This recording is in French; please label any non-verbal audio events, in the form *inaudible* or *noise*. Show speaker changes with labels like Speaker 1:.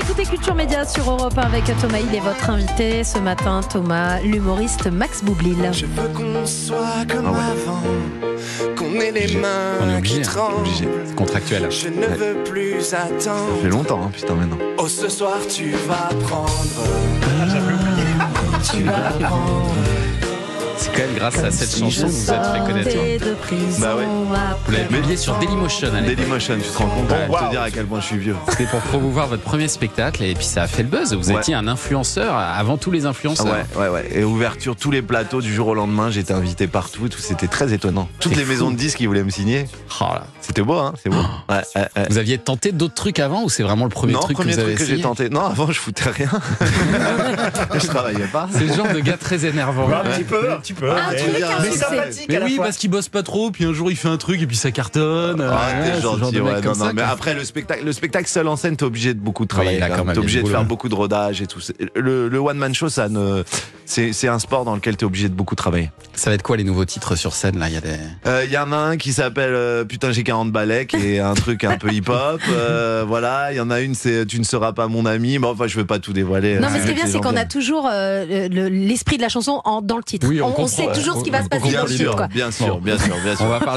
Speaker 1: Tout est culture média sur Europe 1 avec Thomas Il est votre invité ce matin, Thomas, l'humoriste Max Boublil.
Speaker 2: Je veux qu'on soit comme
Speaker 3: Ah ouais.
Speaker 2: avant, qu'on ait les
Speaker 3: Obligé.
Speaker 2: mains
Speaker 4: On est obligé,
Speaker 2: qui tremblent.
Speaker 4: obligé. C'est contractuel.
Speaker 2: Je ne
Speaker 3: Ouais.
Speaker 2: veux plus
Speaker 3: Ça fait
Speaker 2: attendre.
Speaker 3: longtemps, hein, putain, maintenant.
Speaker 2: Oh, ce soir, tu vas prendre. tu vas prendre.
Speaker 4: C'est quand même grâce à cette chanson que vous vous êtes fait connaître.
Speaker 1: Sortez de prison
Speaker 3: Bah ouais.
Speaker 4: Vous l'avez
Speaker 1: après-
Speaker 4: publié sur Dailymotion. à l'époque.
Speaker 3: Dailymotion, tu te rends compte
Speaker 4: Ouais.
Speaker 3: pour te dire à quel point je suis vieux.
Speaker 4: C'était pour promouvoir votre premier spectacle et puis ça a fait le buzz. Vous
Speaker 3: Ouais.
Speaker 4: étiez un influenceur avant tous les influenceurs.
Speaker 3: Ah Ouais, ouais, ouais. Et ouverture, tous les plateaux du jour au lendemain, j'étais invité partout et tout. C'était très étonnant. Toutes
Speaker 4: C'est
Speaker 3: les
Speaker 4: fou.
Speaker 3: maisons de disques qui voulaient me signer,
Speaker 4: Oh là. Oh.
Speaker 3: c'était beau, hein, c'est beau. Ouais, ouais, ouais.
Speaker 4: Vous aviez tenté d'autres trucs avant ou c'est vraiment le premier
Speaker 3: non,
Speaker 4: truc
Speaker 3: premier
Speaker 4: que vous avez
Speaker 3: truc que j'ai
Speaker 4: essayé
Speaker 3: tenté. Non, avant, je foutais
Speaker 4: *laughs*
Speaker 3: rien. je travaillais pas.
Speaker 4: C'est le genre de gars très énervant.
Speaker 5: Un petit peu, un petit peu.
Speaker 1: Un
Speaker 5: mais-
Speaker 1: truc, un
Speaker 5: mais
Speaker 1: succès.
Speaker 5: sympathique à
Speaker 4: Mais
Speaker 5: la
Speaker 4: oui,
Speaker 5: fois.
Speaker 4: parce qu'il bosse pas trop, puis un jour il fait un truc et puis ça cartonne.
Speaker 3: Ouais,
Speaker 4: Euh,
Speaker 3: Ah, t'es
Speaker 4: ouais, ce genre
Speaker 3: gentil,
Speaker 4: de mec
Speaker 3: ouais,
Speaker 4: comme
Speaker 3: non, non,
Speaker 4: ça,
Speaker 3: mais
Speaker 4: quoi.
Speaker 3: après le spectacle, le spectacle seul en scène, t'es obligé de beaucoup travailler.
Speaker 4: Oui, là,
Speaker 3: quand
Speaker 4: quand
Speaker 3: même.
Speaker 4: même,
Speaker 3: T'es
Speaker 4: il y a
Speaker 3: obligé
Speaker 4: du
Speaker 3: de faire
Speaker 4: boulot. hein.
Speaker 3: beaucoup de rodage et tout. C'est- Le, one man show, ça ne, c'est, c'est un sport dans lequel t'es obligé de beaucoup travailler.
Speaker 4: Ça va être quoi les nouveaux titres sur scène là Il y a des.
Speaker 3: Euh, Il y en a un qui s'appelle euh, Putain j'ai 40 balais qui est un
Speaker 1: *laughs*
Speaker 3: truc un peu hip hop. voilà, il y en a une c'est euh, Tu ne seras pas mon ami. Bon, enfin je veux pas tout dévoiler.
Speaker 1: Non,
Speaker 3: euh,
Speaker 1: mais ce qui est bien,
Speaker 3: les
Speaker 1: c'est
Speaker 3: gens
Speaker 1: qu'on a
Speaker 3: viennent.
Speaker 1: toujours euh, le- le- l'esprit de la chanson en- dans le titre.
Speaker 4: Oui, on comprend,
Speaker 1: sait
Speaker 4: ouais.
Speaker 1: toujours ce qui va
Speaker 4: On-
Speaker 1: se
Speaker 4: on
Speaker 1: passer
Speaker 4: comprend
Speaker 1: dans le
Speaker 3: Bien
Speaker 1: titre.
Speaker 3: sûr,
Speaker 1: quoi.
Speaker 3: bien sûr, bien sûr, bien sûr.
Speaker 4: On va parler